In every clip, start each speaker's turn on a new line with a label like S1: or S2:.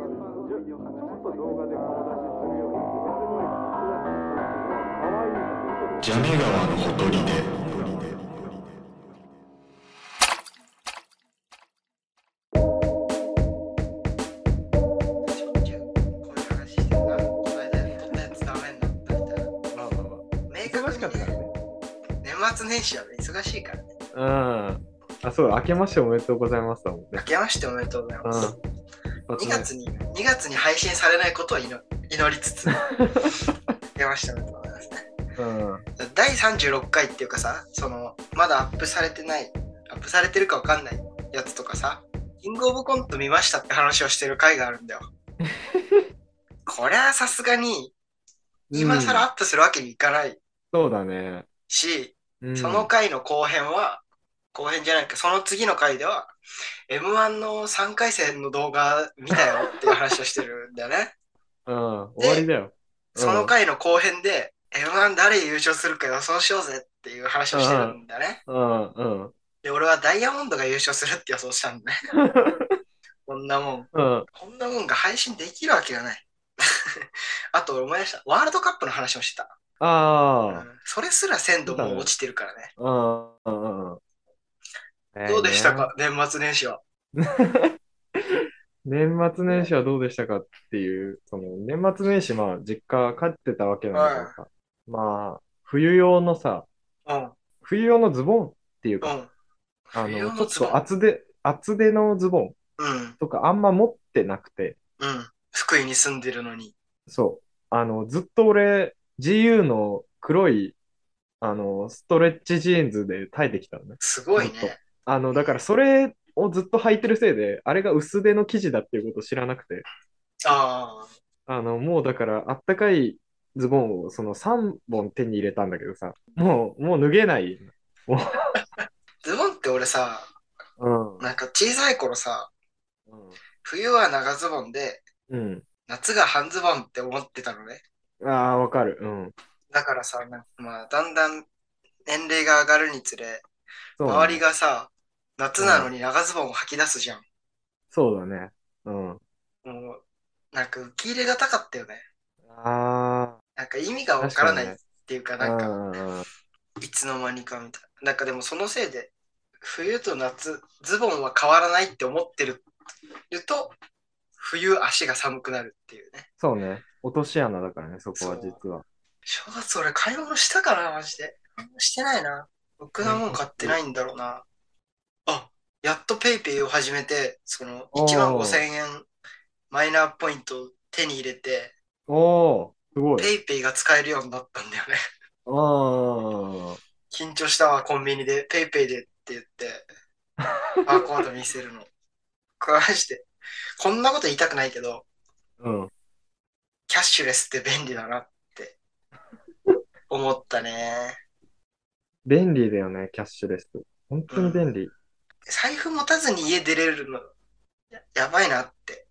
S1: ちょっと動画で顔出しするようにって別に
S2: ジャメ川のほとりで
S3: しょっちゅうこういう話してるな、この間撮ったやつダメになったみたいな。
S4: まあまあま
S3: 明
S4: あ。忙しかっ
S3: 確
S4: た
S3: にね、
S4: からね。
S3: 年末年始は忙しいからね。
S4: うん。あ、そう、明けましておめでとうございますだもんね
S3: 明。けましておめでとうござい
S4: うん。
S3: ます。
S4: 一発
S3: 2月
S4: 目
S3: に、2月に配信されないことを祈祈りつ つ、明けましておめでとうございます。
S4: うん。
S3: 第36回っていうかさ、その、まだアップされてない、アップされてるかわかんないやつとかさ、キングオブコント見ましたって話をしてる回がある んだよ。これはさすがに、今更アップするわけにいかない
S4: そうだね。
S3: し、
S4: うん
S3: その回の後編は、後編じゃないか、その次の回では、M1 の3回戦の動画見たよっていう話をしてるんだよね。
S4: うん。終わりだよ。うん
S3: その回の後編で、M1 誰優勝するか予想しようぜっていう話をしてるんだね。
S4: うんうん。
S3: で、俺はダイヤモンドが優勝するって予想したんだね。 こんなもん、
S4: うん。
S3: こんなもんが配信できるわけがない。 あと、思い出した。ワールドカップの話もしてた。う
S4: あ
S3: んそれすら鮮度もう落ちてるからね。
S4: あ。うんうんうん。
S3: どうでしたか、年末年始は。
S4: 年末年始はどうでしたかっていう、その年末年始、まあ、実家帰ってたわけなんだけどさ、まあ、冬用のさ、
S3: うん、
S4: 冬用のズボンっていう
S3: う
S4: か、
S3: ん、
S4: あ
S3: 冬用
S4: の、
S3: の
S4: ちょっ
S3: ズボン
S4: と厚手、厚手のズボン
S3: うん。
S4: とかあんま持ってなくて、
S3: うん。福井に住んでるのに。
S4: そう、あの、ずっと俺、GU の黒い、あの、ストレッチジーンズで耐えてきたのね。
S3: すごい
S4: 本
S3: ね。
S4: あの、だからそれをずっと履いてるせいで、あれが薄手の生地だっていうことを知らなくて、
S3: あ
S4: あの、もうだから、あったかいズボンをその3本手に入れたんだけどさ、もう、もう脱げない。
S3: あ。ズボンって俺さ、
S4: うん。
S3: なんか小さい頃さ、冬は長ズボンで、
S4: うん。
S3: 夏が半ズボンって思ってたのね。
S4: ああ、わかる。うん。
S3: だからさ、なんかまあ、だんだん年齢が上がるにつれ、
S4: そうだ
S3: 周り
S4: ね。
S3: がさ、夏なのに長ズボンを履き出すじゃん。
S4: そうだね。うん。
S3: もう、なんか受け入れがたかったよね。
S4: あ
S3: なんか意味が
S4: あ、
S3: わ
S4: 確
S3: から
S4: か
S3: な
S4: に
S3: いっ
S4: ね。
S3: ていうか、
S4: う
S3: なんか、
S4: んうんうん。
S3: いつの間にかみたいな。なんかでもそのせいで、冬と夏、ズボンは変わらないって思ってる言うと、冬足が寒くなるっていうね。
S4: そうね。落とし穴だからね、そこは
S3: そう
S4: 実は。
S3: 正月俺買い物したかな、マジで。してないな。ろくなもん買ってないんだろうな。あ、やっとペイペイを始めて、その
S4: おー
S3: 1万5000円マイナーポイントを手に入れて、
S4: おー、すごい。
S3: ペイペイが使えるようになったんだよね。
S4: あー
S3: 緊張したわ、コンビニで、ペイペイでって言って、バーコード見せるの。これマジで、こんなこと言いたくないけど、
S4: うん。
S3: キャッシュレスって便利だなって思ったね。
S4: 便利だよね、キャッシュレス。本当に便利。
S3: 財布持たずに家出れるの、ややばいなって。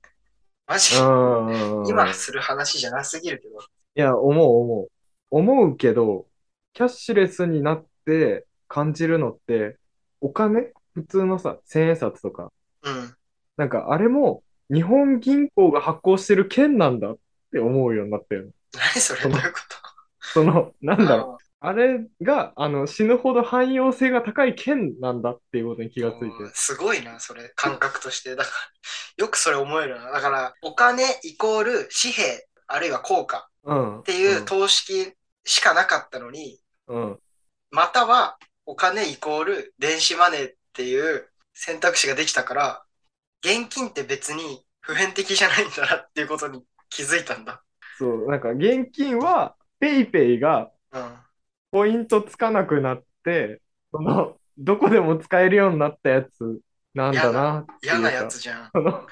S3: マジ
S4: う、んうんうん。
S3: 今する話じゃなすぎるけど。
S4: いや、思う思う。思うけど、キャッシュレスになって感じるのって、お金普通のさ、千円札とか。
S3: うん。
S4: なんか、あれも、日本銀行が発行してる券なんだって思うようになったよね。
S3: 何それ
S4: そ
S3: ど
S4: の
S3: ういうこ
S4: その、 なん
S3: と
S4: だろう。あれが、あの、死ぬほど汎用性が高い券なんだっていうことに気がついて。
S3: うんすごいな、それ、感覚として。だから、 よくそれ思えるな。だから、お金イコール紙幣、あるいは硬貨
S4: うん。っ
S3: っていう投資金しかなかったのに、
S4: うん。うん。
S3: またはお金イコール電子マネーっていう選択肢ができたから、現金って別に普遍的じゃないんだなっていうことに気づいたんだ。
S4: そう、なんか、現金は、ペイペイが、
S3: うん。
S4: ポイントつかなくなって、その、どこでも使えるようになったやつなんだなっていうか
S3: 嫌なやつじゃん。
S4: その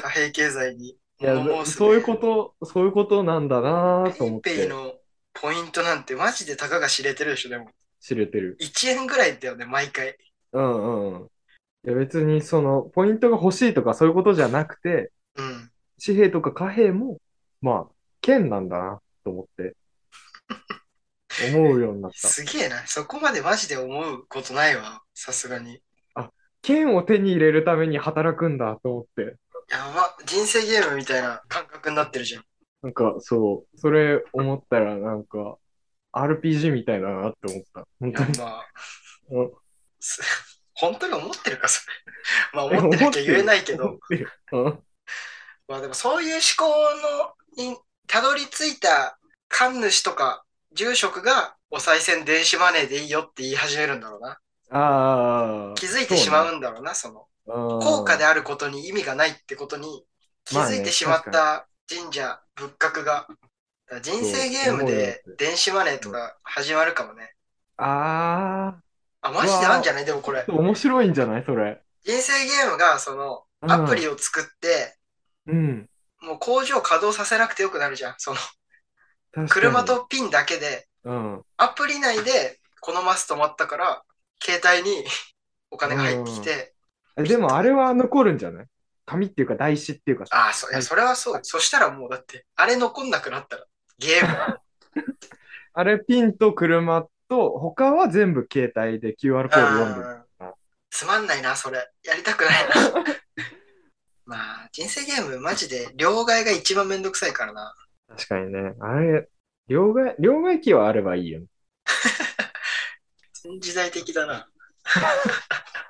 S3: 貨幣経済に
S4: いや
S3: 物申すね
S4: そういうこと、そういうことなんだなと思っ
S3: ペイペイ
S4: て
S3: のポイントなんてマジでたかが知れてるでしょ、でも。
S4: 知れてる。
S3: 1円ぐらいだよね、毎回。
S4: うんうん。いや別にその、ポイントが欲しいとかそういうことじゃなくて、
S3: うん。
S4: 紙幣とか貨幣も、まあ、券なんだなと思 って、思うようになった。
S3: すげえな。そこまでマジで思うことないわ。さすがに。
S4: 券を手に入れるために働くんだと思って。
S3: やば、人生ゲームみたいな感覚になってるじゃん。
S4: なんか、そう、それ思ったら、なんか、RPG みたいだなって思った。本
S3: い
S4: 当
S3: や
S4: に。
S3: まあ
S4: うん、
S3: す 本当に思ってるか、それ。まあ、思ってなきゃ言えないけ
S4: 思
S3: ど
S4: っ、てる。うん
S3: まあでもそういう思考のにたどり着いた神主とか住職がお賽銭電子マネーでいいよって言い始めるんだろうな。
S4: ああ。
S3: 気づいてしまうんだろうな、その。
S4: 効
S3: 効果であることに意味がないってことに気づいてしまった神社仏閣が。だから人生ゲームで電子マネーとか始まるかもね。
S4: あ
S3: あ、マジであんじゃないでもこれ
S4: あ。。面白いんじゃないそれ。
S3: 人生ゲームがその
S4: うん
S3: アプリを作って、
S4: うん。
S3: もう工場稼働させなくてよくなるじゃん。その
S4: 確かに
S3: 車。とピンだけで
S4: うん。
S3: アプリ内でこのマス止まったから、携帯に お金が入ってきて、
S4: えでも、あれは残るんじゃない紙っていうか、台紙っていうかさ。
S3: ああ、そいやそれはそう。そしたらもうだって、あれ残んなくなったら、ゲー ム。
S4: あれ、ピンと車と、他は全部携帯で QR コード読んでる。
S3: うんつまんないな、それ。やりたくないな。 まあ、人生ゲーム、マジで、両替が一番めんどくさいからな。
S4: 確かにね。あれ、両替、両替機はあればいいよね。
S3: 時代的だな。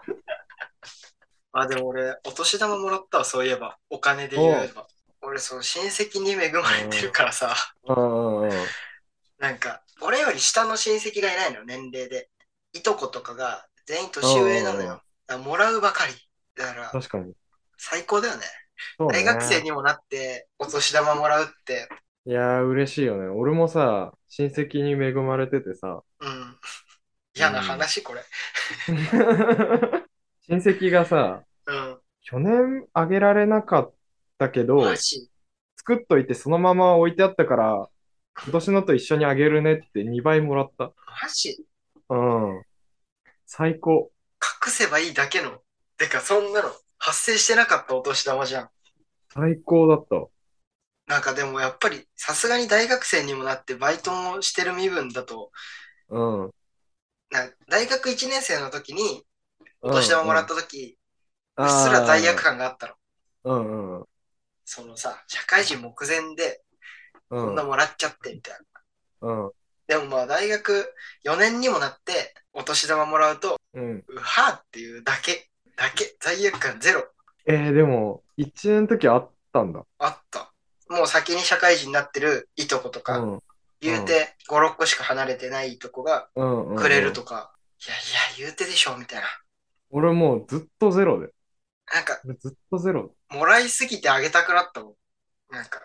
S3: あ、でも俺、お年玉もらったわ、そういえば。お金で言えば。俺、その親戚に恵まれてるからさ、
S4: うんうんうん。
S3: なんか、俺より下の親戚がいないのよ、年齢で。いとことかが全員年上なの
S4: うん
S3: よ。だからもらうばかり。だから、
S4: 確かに。
S3: 最高だよね。
S4: そうね
S3: 大学生にもなって、お年玉もらうって。
S4: いやー、嬉しいよね。俺もさ、親戚に恵まれててさ、
S3: うん。嫌な話、これ。
S4: 親戚がさ、
S3: うん。
S4: 去年あげられなかったけど、
S3: マジ。
S4: 作っといてそのまま置いてあったから、今年のと一緒にあげるねって2倍もらった。
S3: マジ。
S4: うん。最高。
S3: 隠せばいいだけの。てか、そんなの、発生してなかったお年玉じゃん。
S4: 最高だった。
S3: なんかでもやっぱり、さすがに大学生にもなってバイトもしてる身分だと、
S4: うん。
S3: なんか大学1年生の時に、
S4: お
S3: お年玉もらった時、うっすら罪悪感があったの。
S4: うんうんうん。
S3: そのさ、社会人目前で、
S4: う
S3: こんなんもらっちゃってみたいな。
S4: うん。
S3: でもまあ、大学4年にもなって、お年玉もらうと、
S4: うん。
S3: うはーっていうだけ、だけ、罪悪感ゼロ。
S4: えー、でも、1年の時あったんだ。
S3: あった。もう先に社会人になってるいとこと
S4: う
S3: か、
S4: ん。
S3: 言うて5、6個しか離れてないいとこが
S4: うん、うん。
S3: くれるとか、いやいや、言うてでしょ、みたいな。
S4: 俺もうずっとゼロで。
S3: なんか、
S4: ずっとゼロ。
S3: もらいすぎてあげたくなったもん。なんか、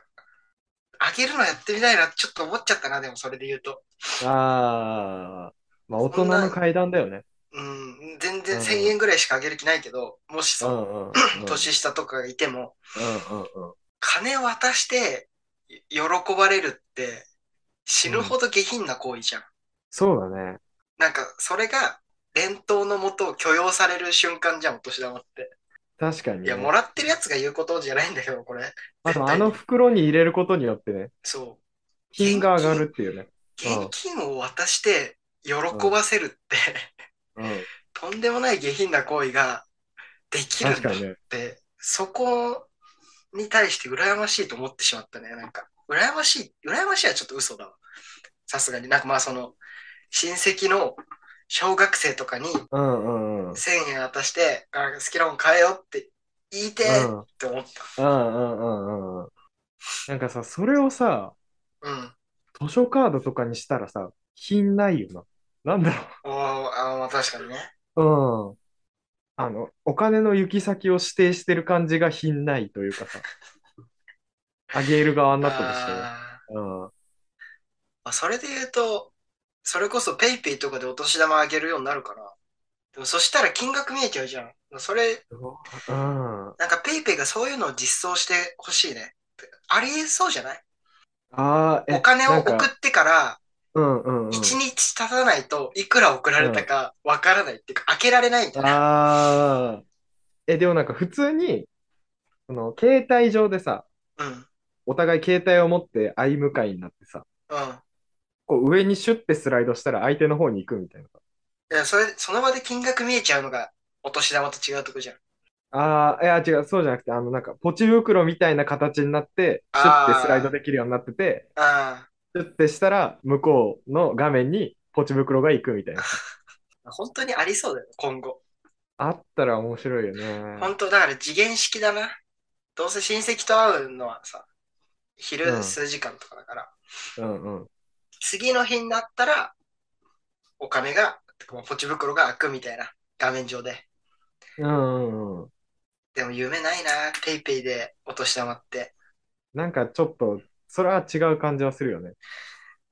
S3: あげるのやってみたいな、ちょっと思っちゃったな、でもそれで言うと。
S4: ああ、まあ大人の階段だよね。
S3: うん、全然
S4: うん
S3: 1000円ぐらいしかあげる気ないけど、もし
S4: う
S3: その
S4: んうんうん。
S3: 年下とかがいても、
S4: うんうんうん。
S3: 金渡して喜ばれるって死ぬほど下品な行為じゃん。
S4: そうだね。
S3: なんか、それが伝統のもと許容される瞬間じゃん、お年玉って。
S4: 確かに
S3: いや、
S4: ね
S3: もらってるやつが言うことじゃないんだけど、これ。
S4: あと
S3: 絶
S4: あ
S3: 対
S4: の袋に入れることによってね、
S3: そう。
S4: 金が上がるっていうね。うん
S3: 現金を渡して喜ばせるって、
S4: うん。
S3: とんでもない下品な行為ができるん
S4: 確
S3: だ
S4: か
S3: っ
S4: にね。
S3: て、そこに対して羨ましいと思ってしまったね。なんか、羨ましい、羨ましいはちょっと嘘だわ。さすがに。なんかまあその、親戚の小学生とかに
S4: うんうんうん。うん
S3: 1000円渡して、あ好きなもん買えよって言いてーって思っ
S4: うんうんうんうん。なんかさ、それをさ、
S3: た。うん。
S4: 図書カードとかにしたらさ、品ないよな。なんだ
S3: おーあーまあ確かにね。
S4: ろう。うん。あの、お金の行き先を指定してる感じが品ないというか さ、あげる側になったとしてね。
S3: あー
S4: うん。
S3: まあ、それで言うと、それこそペイペイとかでお年玉あげるようになるから。でもそしたら金額見えちゃうじゃん。それ、
S4: うん。
S3: なんかペイペイがそういうのを実装してほしいね。ありえそうじゃない
S4: ああ、え
S3: お金を
S4: なん
S3: 送
S4: か
S3: ってから
S4: うんうんうん。
S3: 1日経たないといくら送られたかわからないっていうか、開けられないみたいな。
S4: ああ。え、でもなんか普通に、その、携帯上でさ、
S3: うん。うん。
S4: お互い携帯を持って相向かいになってさ、こう上にシュッてスライドしたら相手の方に行くみたいな。
S3: いやそれ、その場で金額見えちゃうのがお年玉と違うとこじゃん。
S4: ああ、いや違う、そうじゃなくて、あの、なんか、ポチ袋みたいな形になって、シュッてスライドできるようになってて、
S3: あ
S4: シュッてしたら、向こうの画面にポチ袋が行くみたいな。
S3: あ、本当にありそうだよ、今後。
S4: あったら面白いよね。
S3: 本当だから次元式だな。どうせ親戚と会うのはさ、
S4: う
S3: 昼
S4: ん
S3: 数時間とかだから、
S4: うんうん。
S3: 次の日になったら、お金が、こうポチ袋が開くみたいな、画面上で。
S4: うんうんうん。
S3: でも夢ないな、ペイペイでお年玉って。
S4: なんかちょっと、それは違う感じはするよね。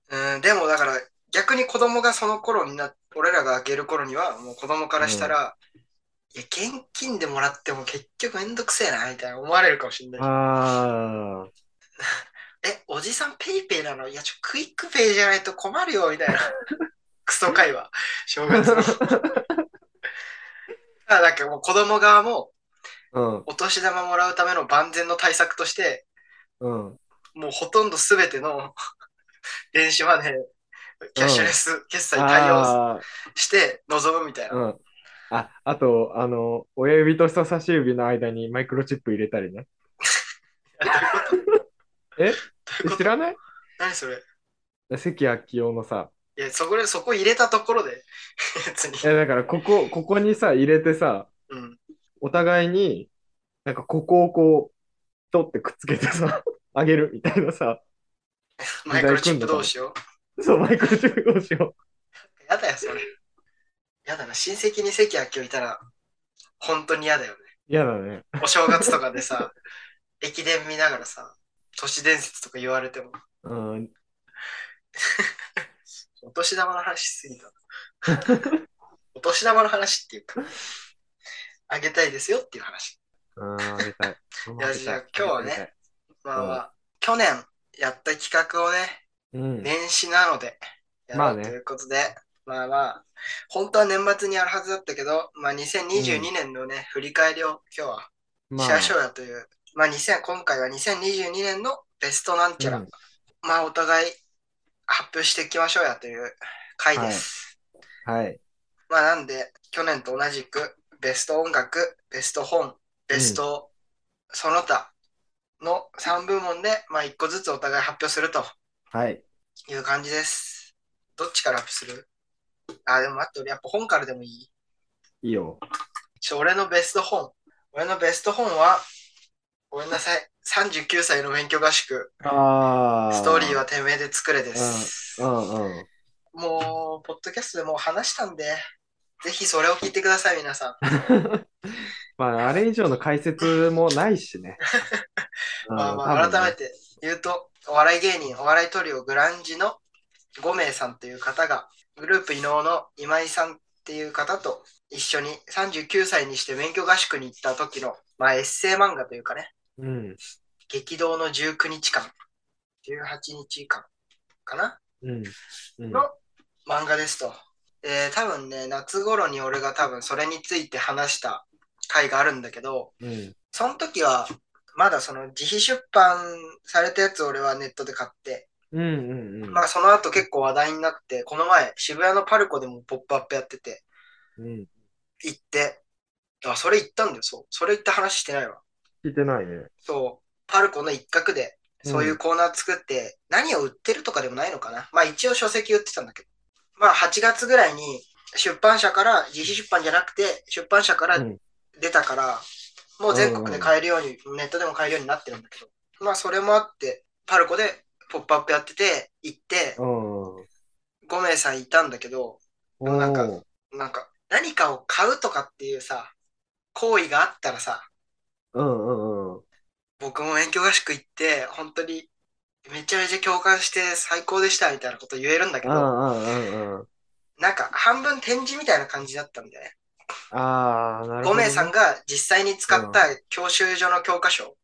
S3: うん、でもだから、逆に子供がその頃にな、俺らが開ける頃には、もう子供からしたら、いや、現金でもらっても結局めんどくせえな、みたいな思われるかもしれないし。
S4: ああ、
S3: え、おじさんペイペイなのいや、ちょ、クイックペイじゃないと困るよ、みたいな。 クソ会話。正月の。 あ、なんかもう子供側も、
S4: うん
S3: お年玉もらうための万全の対策として、
S4: うん。
S3: もうほとんど全ての 電子マネー、キャッシュレス決済対応
S4: あ
S3: して臨むみたい
S4: あ、
S3: な。
S4: うん。あ、あと、あの、親指と人差し指の間にマイクロチップ入れたり ね。
S3: ど
S4: え
S3: ういうこ
S4: 知
S3: と
S4: らない
S3: 何それ
S4: 関明夫のさ、
S3: いや、そこで、そこ入れたところで、 別に
S4: い。やだからここ、ここにさ、入れてさ、
S3: うん。
S4: お互いに、なんかここをこう、取ってくっつけてさ、 あげるみたいなさ、
S3: マイクロチップどうしよ
S4: そう、マイクロチップをしよ
S3: う。やだよ、それ。やだな、親戚に関明夫いたら、本当に嫌だよね。
S4: う。嫌だね。
S3: お正月とかで さ、駅伝見ながらさ、都市伝説とか言われても、
S4: うん。
S3: お年玉の話しす ぎたな。お年玉の話っていうか、あげたいですよっていう話。
S4: うん、あげたい。
S3: いやじゃあ今日はね
S4: あげたい。
S3: まあまあ、去年やった企画をね、
S4: うん。
S3: 年始なので、や
S4: ま
S3: ろ
S4: あ
S3: う
S4: ね
S3: ということで、まあまあ、本当は年末にやるはずだったけど、まあ2022年のね、振り返りを今日は
S4: ま
S3: しましょうやという、まあ2000、今回は2022年のベストなんちゃら、
S4: うん
S3: まあお互い発表していきましょうやという回です。
S4: あ、はい。
S3: まあなんで、去年と同じくベスト音楽、ベスト本、ベストその他の3部門で、まあ1個ずつお互い発表すると
S4: はい。
S3: いう感じです。どっちからアップするあ、でも待って、俺やっぱ本からでもいい
S4: いいよ。
S3: ちょ、俺のベスト本。俺のベスト本は、ごめんなさい。39歳の免許合宿、
S4: あ
S3: ストーリーはてめえで作れです。
S4: うんうん。
S3: もう、ポッドキャストでもう話したんで、ぜひそれを聞いてください、皆さん。
S4: まあ、あれ以上の解説もないしね。
S3: まあまあ、改め
S4: て。
S3: て言うと、お笑い芸人、お笑いトリオグランジの5名さんという方が、グループ伊能の今井さんっていう方と一緒に39歳にして免許合宿に行った時の、まあ、エッセイ漫画というかね、
S4: うん。
S3: 激動の19日間、18日間かな、
S4: うん。うん
S3: の漫画ですと。えー、多分ね、夏頃に俺が多分それについて話した回があるんだけど、
S4: うん。
S3: その時は、まだその自費出版されたやつを俺はネットで買って、
S4: うんうんうん。
S3: まあその後結構話題になって、この前渋谷のパルコでもポップアップやってて、
S4: うん。
S3: 行って、あ、それ行ったんだよ、そう。それ行った話してないわ。
S4: 聞いてないね。
S3: そう。パルコの一角で、そういうコーナー作って、何を売ってるとかでもないのかな。まあ一応書籍売ってたんだけど。まあ8月ぐらいに出版社から、自費出版じゃなくて、出版社から
S4: うん
S3: 出たから、もう全国で買えるように、ネットでも買えるようになってるんだけど。まあそれもあって、パルコでポップアップやってて、行って、
S4: うん。うん
S3: 5名さんいたんだけど、でもなんか
S4: おー
S3: なんか何かを買うとかっていうさ、行為があったらさ、
S4: うんうんうん。
S3: 僕も勉強合宿行って、本当にめちゃめちゃ共感して最高でしたみたいなこと言えるんだけ
S4: あ
S3: ど、
S4: あ、うんうんうん。
S3: なんか半分展示みたいな感じだったんだよね。
S4: ああ、なる
S3: 5
S4: ほどね。
S3: 名さんが実際に使った教習所の教科書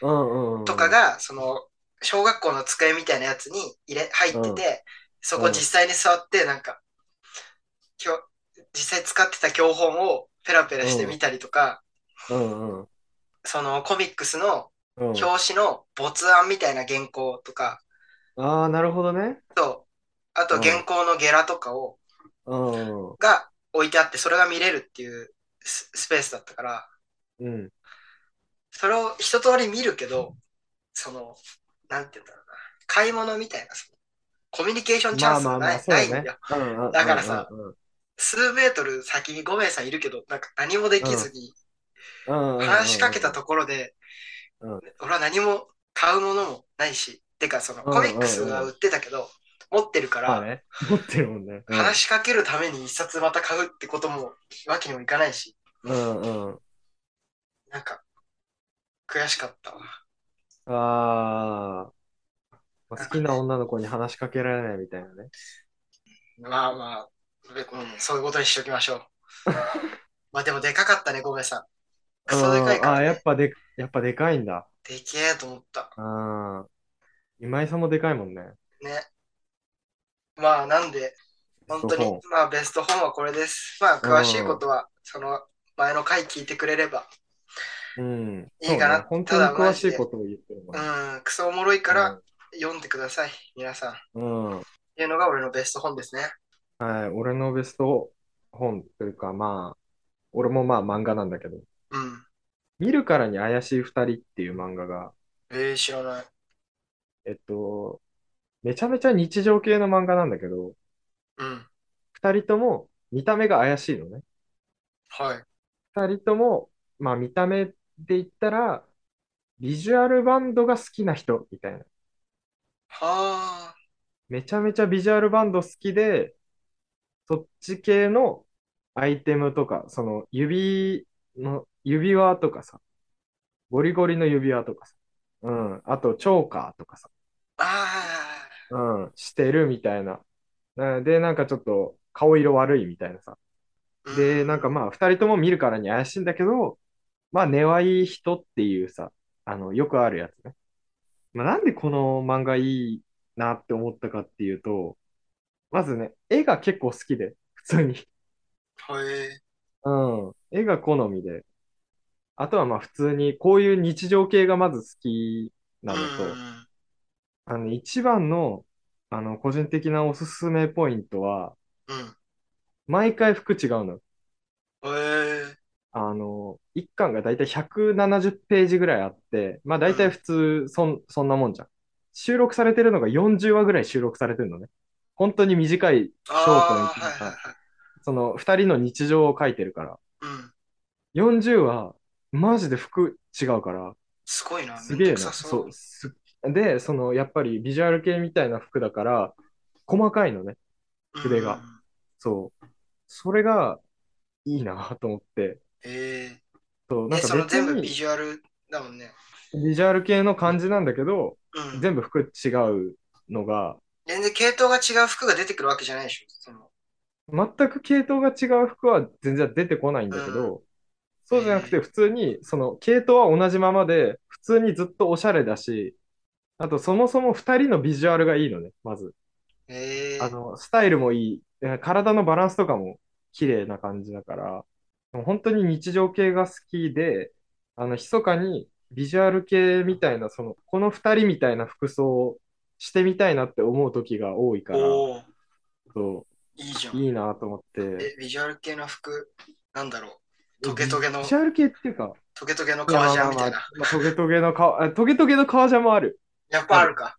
S4: うんうん。
S3: とか、が、その小学校の机みたいなやつに入れ入ってて、そこ実際に座って、なんか、きょ実際使ってた教本をペラペラしてみたりとか、
S4: うんうん。
S3: そのコミックスの
S4: うん、
S3: 表紙の没案みたいな原稿とか、
S4: ああ、なるほどね。
S3: と、あと原稿のゲラとかを、
S4: うん。
S3: が置いてあって、それが見れるっていうススペースだったから、
S4: うん。
S3: それを一通り見るけど、その、なんて言うんだろうな。買い物みたいな、そのコミュニケーションチャンスがない,、
S4: だ
S3: ないんだよ。だからさ、
S4: うんうん
S3: 数メートル先に5名さんいるけど、なんか何もできずに、
S4: うんうんうん
S3: 話しかけたところで、
S4: うん
S3: 俺は何も買うものもないし、てかその
S4: うん
S3: コミックスは売ってたけど、持ってるか
S4: まあ
S3: ら、
S4: ね。持ってるもんね。うん
S3: 話しかけるために一冊また買うってこともわけにもいかないし、
S4: うんうん。
S3: なんか、悔しかったわ。
S4: ああ。好きな女の子に話しかけられないみたいなね。
S3: まあまあ、うん、そういうことにしときましょう。 まあでもでかかったね、ごめんさん。クソでかいから
S4: ああー、
S3: ね、
S4: やっぱで、やっぱでかいんだ。
S3: でけえと思った。
S4: ああ。今井さんもでかいもんね。
S3: ね。まあなんで、本当
S4: ベスト
S3: に、まあベスト本はこれです。まあ詳しいことは、その前の回聞いてくれれば、
S4: うん。
S3: いいかな
S4: そうね本当に
S3: ただマ
S4: 詳
S3: ジ
S4: し
S3: で
S4: いことを言ってるもん
S3: うん、クソおもろいから読んでください、皆さん。っ
S4: うん。うん
S3: ていうのが俺のベスト本ですね。
S4: はい。俺のベスト本というか、まあ、俺もまあ漫画なんだけど、
S3: うん。
S4: 見るからに怪しい二人っていう漫画が、
S3: えー、知らない。
S4: えっと、めちゃめちゃ日常系の漫画なんだけど、
S3: うん。
S4: 二人とも見た目が怪しいのね。
S3: はい。
S4: 二人とも、まあ見た目で言ったら、ビジュアルバンドが好きな人みたいな。
S3: はあ。
S4: めちゃめちゃビジュアルバンド好きで、そっち系のアイテムとか、その指の、指輪とかさ、ゴリゴリの指輪とかさ、うん、あとチョーカーとかさ、
S3: あ
S4: うん、してるみたいな。うんで、なんかちょっと顔色悪いみたいなさ。
S3: あ。
S4: で、なんかまあ、二人とも見るからに怪しいんだけど、まあ、根はいい人っていうさ、あの、よくあるやつね。まあ、なんでこの漫画いいなって思ったかっていうと、まずね、絵が結構好きで、普通に。
S3: うん。はい。
S4: うん。絵が好みで。あとはまあ、普通に、こういう日常系がまず好きなの
S3: うん
S4: と、あの、一番の、あの、個人的なおすすめポイントは、
S3: うん。
S4: 毎回服違うの。
S3: うん。へえ。
S4: あの、1巻がだいたい170ページぐらいあって、まあだいたい普通そん、そんなもんじゃん。収録されてるのが40話ぐらい収録されてるのね。本当に短い、ショート
S3: あ
S4: に
S3: あ、はいはいはい。
S4: その2人の日常を書いてるから。
S3: うん。
S4: 40話、マジで服違うから、
S3: すごいな。
S4: すげえ
S3: めんどく
S4: な。
S3: さそう。
S4: そうすで、その、やっぱりビジュアル系みたいな服だから、細かいのね。筆が
S3: うん。
S4: そう。それが、いいなと思って。
S3: ええ。
S4: そう、なん
S3: え、
S4: か
S3: その
S4: 別
S3: 全部
S4: に
S3: ビジュアルだもんね。
S4: ビジュアル系の感じなんだけど、
S3: うん。
S4: 全部服違うのが、
S3: 全然系統が違う服が出てくるわけじゃないでしょ。その
S4: 全く系統が違う服は全然出てこないんだけど、そうじゃなくて普通に、その系統は同じままで、普通にずっとおしゃれだし、あとそもそも2人のビジュアルがいいのね、まず。
S3: ええ。
S4: あの、スタイルもいい、えー体のバランスとかも綺麗な感じだから、もう本当に日常系が好きで、あの、密かにビジュアル系みたいな、その、この2人みたいな服装をしてみたいなって思う時が多いから、
S3: おお、
S4: そう
S3: いいじゃん。
S4: いいなと思って。
S3: え、ビジュアル系の服、なんだろう。トゲトゲの
S4: ビ、ジュアル系っていうか、
S3: トゲトゲの革ジャンみたい
S4: や
S3: な。
S4: まあまあまあトゲトゲの革、あトゲトゲの革ジャンもある。
S3: やっぱあるか。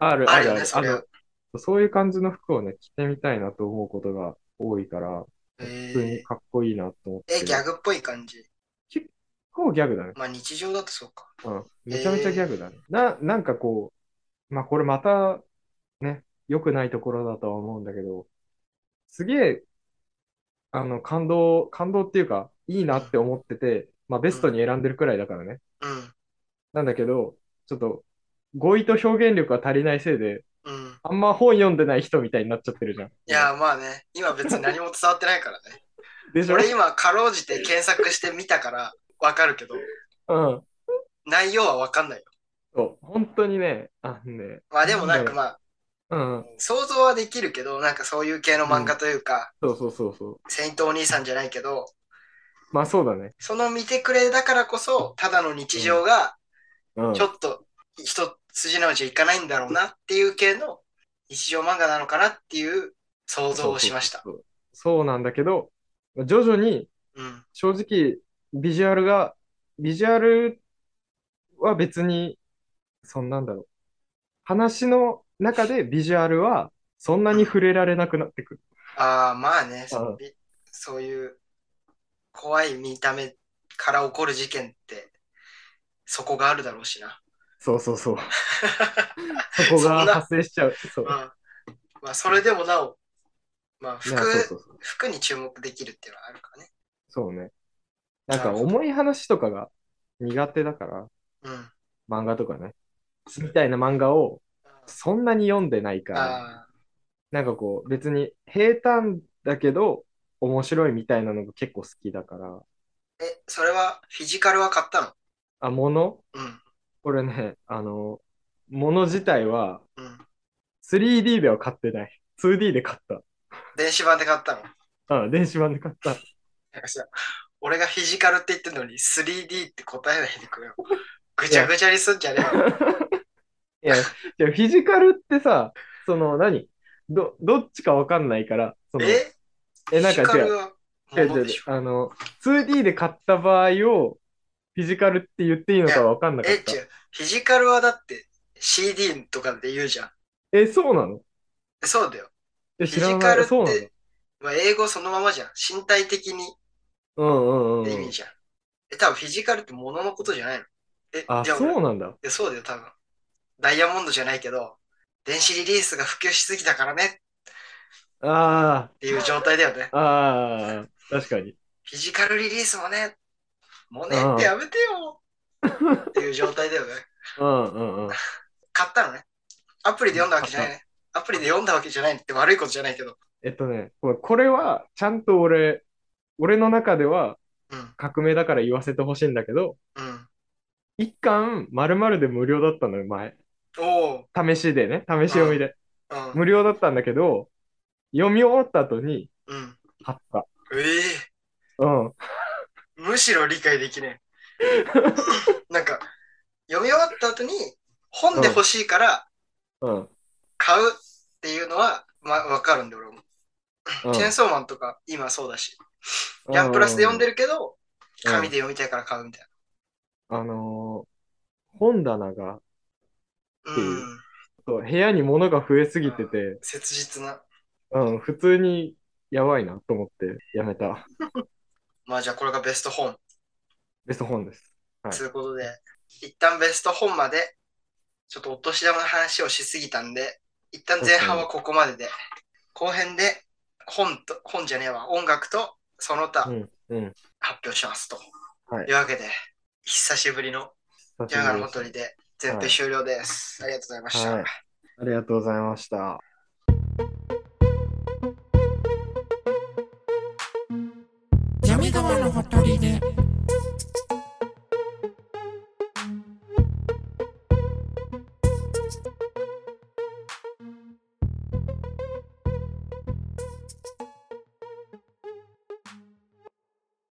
S4: ある、
S3: あ
S4: あ
S3: る
S4: る、
S3: よ
S4: あ
S3: ね
S4: る。
S3: そりゃ
S4: の、そういう感じの服をね、着てみたいなと思うことが多いから、普通に
S3: え
S4: かっこいいなと思っ
S3: え、
S4: て。
S3: ギャグっぽい感じ。
S4: こうギャグだね。
S3: まあ日常だとそうか。
S4: うん。めちゃめちゃギャグだね。な、なんかこう、まあこれまた、ね、良くないところだとは思うんだけど、すげえ、あの、感動、感動っていうか、いいなって思ってて、まあベストに選んでるくらいだからね。
S3: うん。
S4: なんだけど、ちょっと語彙と表現力が足りないせいで、
S3: うん。
S4: あんま本読んでない人みたいになっちゃってるじゃん。
S3: いや、まあね、今別に何も伝わってないからね。
S4: でし ょ
S3: 俺今、かろうじて検索してみたからわかるけど、
S4: うん。
S3: 内容はわかんないよ。
S4: そう。本当にね、あのね、
S3: まあでもなん
S4: なんだ
S3: か
S4: ろう
S3: まあ、
S4: うん。
S3: 想像はできるけど、なんかそういう系の漫画というか、
S4: そうそうそうそう。
S3: セイントお兄さんじゃないけど、
S4: まあそうだね。
S3: その見てくれだからこそ、ただの日常が、
S4: うん。
S3: ちょっと一筋縄じゃいかないんだろうなっていう系の日常漫画なのかなっていう想像をしました。
S4: そうそうそうそうなんだけど、徐々に
S3: うん。
S4: 正直、ビジュアルがビジュアルは別に、そんなんだろう。話の中でビジュアルはそんなに触れられなくなってくる。
S3: ああ、まあね、そ
S4: うん
S3: のびそういう怖い見た目から起こる事件って、そこがあるだろうしな。
S4: そうそうそう。そこ
S3: そん
S4: が
S3: な
S4: 発生しちゃう。そう。
S3: まあ、まあ、それでもなお、まあ、
S4: い
S3: 服
S4: や、そうそうそう。
S3: 服に注目できるっていうのはあるからね。
S4: そうね。なんか
S3: なるほど
S4: 重い話とかが苦手だから、
S3: うん。
S4: 漫画とかね。みたいな漫画をそんなに読んでないから、
S3: あ
S4: なんかこう別に平坦だけど面白いみたいなのが結構好きだから、
S3: ーえ、それはフィジカルは買ったの
S4: あ、もの
S3: うん。
S4: これね、あの、もの自体は
S3: うん。
S4: 3D では買ってない。2D で買っ
S3: 電子版で買ったの
S4: た。うん、電子版で買った。
S3: なんかさ、俺がフィジカルって言ってるのに 3D って答えないでくれよ。ぐちゃぐちゃにすんじゃねえよ。
S4: いや、じゃフィジカルってさ、その何、ど、どっちかわかんないから、その、
S3: え
S4: え、なんか
S3: フィジカ
S4: 違
S3: ル
S4: う。
S3: は
S4: 違う
S3: もの
S4: 違
S3: で
S4: う違う
S3: しょ。
S4: あの、2D で買った場合を、フィジカルって言っていいのかわかんなか
S3: え、
S4: っ
S3: 違
S4: た。
S3: う。フィジカルはだって CD とかで言うじゃん。
S4: え、そうなの
S3: そうだよ。
S4: え、
S3: フィジ
S4: 知ら
S3: カ
S4: な
S3: ル
S4: い。
S3: っ
S4: そうなの
S3: て、まあ、英語そのままじゃん。身体的に
S4: うんうんうんう
S3: って意
S4: ん
S3: 味。じゃん。え、多分フィジカルって物のことじゃないの。え、
S4: あ、
S3: じゃあ
S4: そ
S3: 俺
S4: うなんだ。
S3: いや、そうだよ、多分。ダイヤモンドじゃないけど、電子リリースが普及しすぎたからねっ
S4: あ
S3: ていう状態だよね。
S4: あ、ああ、確かに。
S3: フィジカルリリースもね、もうねってやめてよっていう状態だよね。
S4: うんうんうん。
S3: 買ったのね。アプリで読んだわけじゃないね。アプリで読んだわけじゃないって悪いことじゃないけど。
S4: えっとね、これこれは、ちゃんと俺、俺の中では
S3: うん、
S4: 革命だから言わせてほしいんだけど、
S3: うん。
S4: 一巻丸々で無料だったのよ、前。
S3: おお、
S4: 試しでね、試し読みで。
S3: うん、
S4: 無料だったんだけど、読み終わった後に
S3: うん。
S4: 買った。
S3: ええ
S4: うん。
S3: むしろ理解できねえ。 なんか、読み終わった後に本で欲しいから
S4: うん。
S3: 買うっていうのは、まあ、わかるんで俺も。
S4: うん
S3: チェーンソーマンとか今そうだし、ギャンプラスで読んで
S4: る。
S3: るけど、
S4: うん
S3: 紙で読みたいから買うみたい
S4: あのー本棚が、
S3: な。
S4: っ
S3: う。
S4: ていうんそう部屋に物が増えすぎてて、
S3: 切実な。
S4: うん、普通にやばいなと思ってやめた。
S3: まあじゃあこれがベスト本
S4: ベスト本です。はい
S3: ということで、一旦ベスト本まで、ちょっとお年玉の話をしすぎたんで、一旦前半はここまでで、後編で本と、本じゃねえわ、音楽とその他
S4: うん、うん。
S3: 発表しますと。
S4: はい
S3: いうわけで、久しぶりの
S4: 久
S3: ジャガ
S4: し
S3: ーの
S4: ぶりで
S3: ほ
S4: した
S3: とりで全編終了です。ありがとうございました。
S4: はいありがとうございました。
S2: 闇川のほとりで。